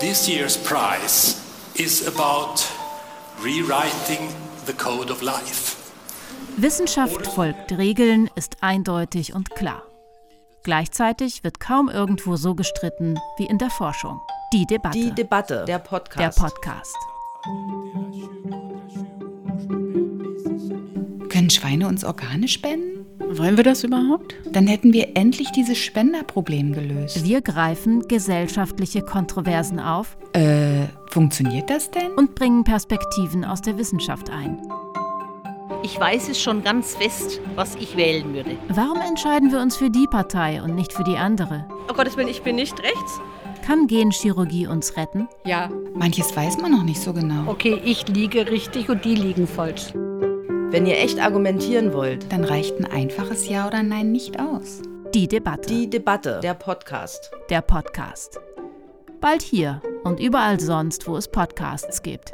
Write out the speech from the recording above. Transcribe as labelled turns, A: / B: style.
A: This year's prize is about rewriting the code of life.
B: Wissenschaft folgt Regeln, ist eindeutig und klar. Gleichzeitig wird kaum irgendwo so gestritten wie in der Forschung. Die Debatte.
C: Die Debatte,
B: der
C: der Podcast.
B: Podcast.
D: Können Schweine uns Organe spenden?
E: Wollen wir das überhaupt?
D: Dann hätten wir endlich dieses Spenderproblem gelöst.
B: Wir greifen gesellschaftliche Kontroversen auf
D: Äh, funktioniert das denn?
B: und bringen Perspektiven aus der Wissenschaft ein.
F: Ich weiß es schon ganz fest, was ich wählen würde.
B: Warum entscheiden wir uns für die Partei und nicht für die andere?
G: Oh Gottes Willen, ich bin nicht rechts.
B: Kann Genchirurgie uns retten?
E: Ja.
D: Manches weiß man noch nicht so genau.
H: Okay, ich liege richtig und die liegen falsch.
C: Wenn ihr echt argumentieren wollt,
D: Dann reicht ein einfaches Ja oder Nein nicht aus.
B: Die Debatte.
C: die Debatte, der Podcast.
B: der Podcast. Bald hier und überall sonst, wo es Podcasts gibt.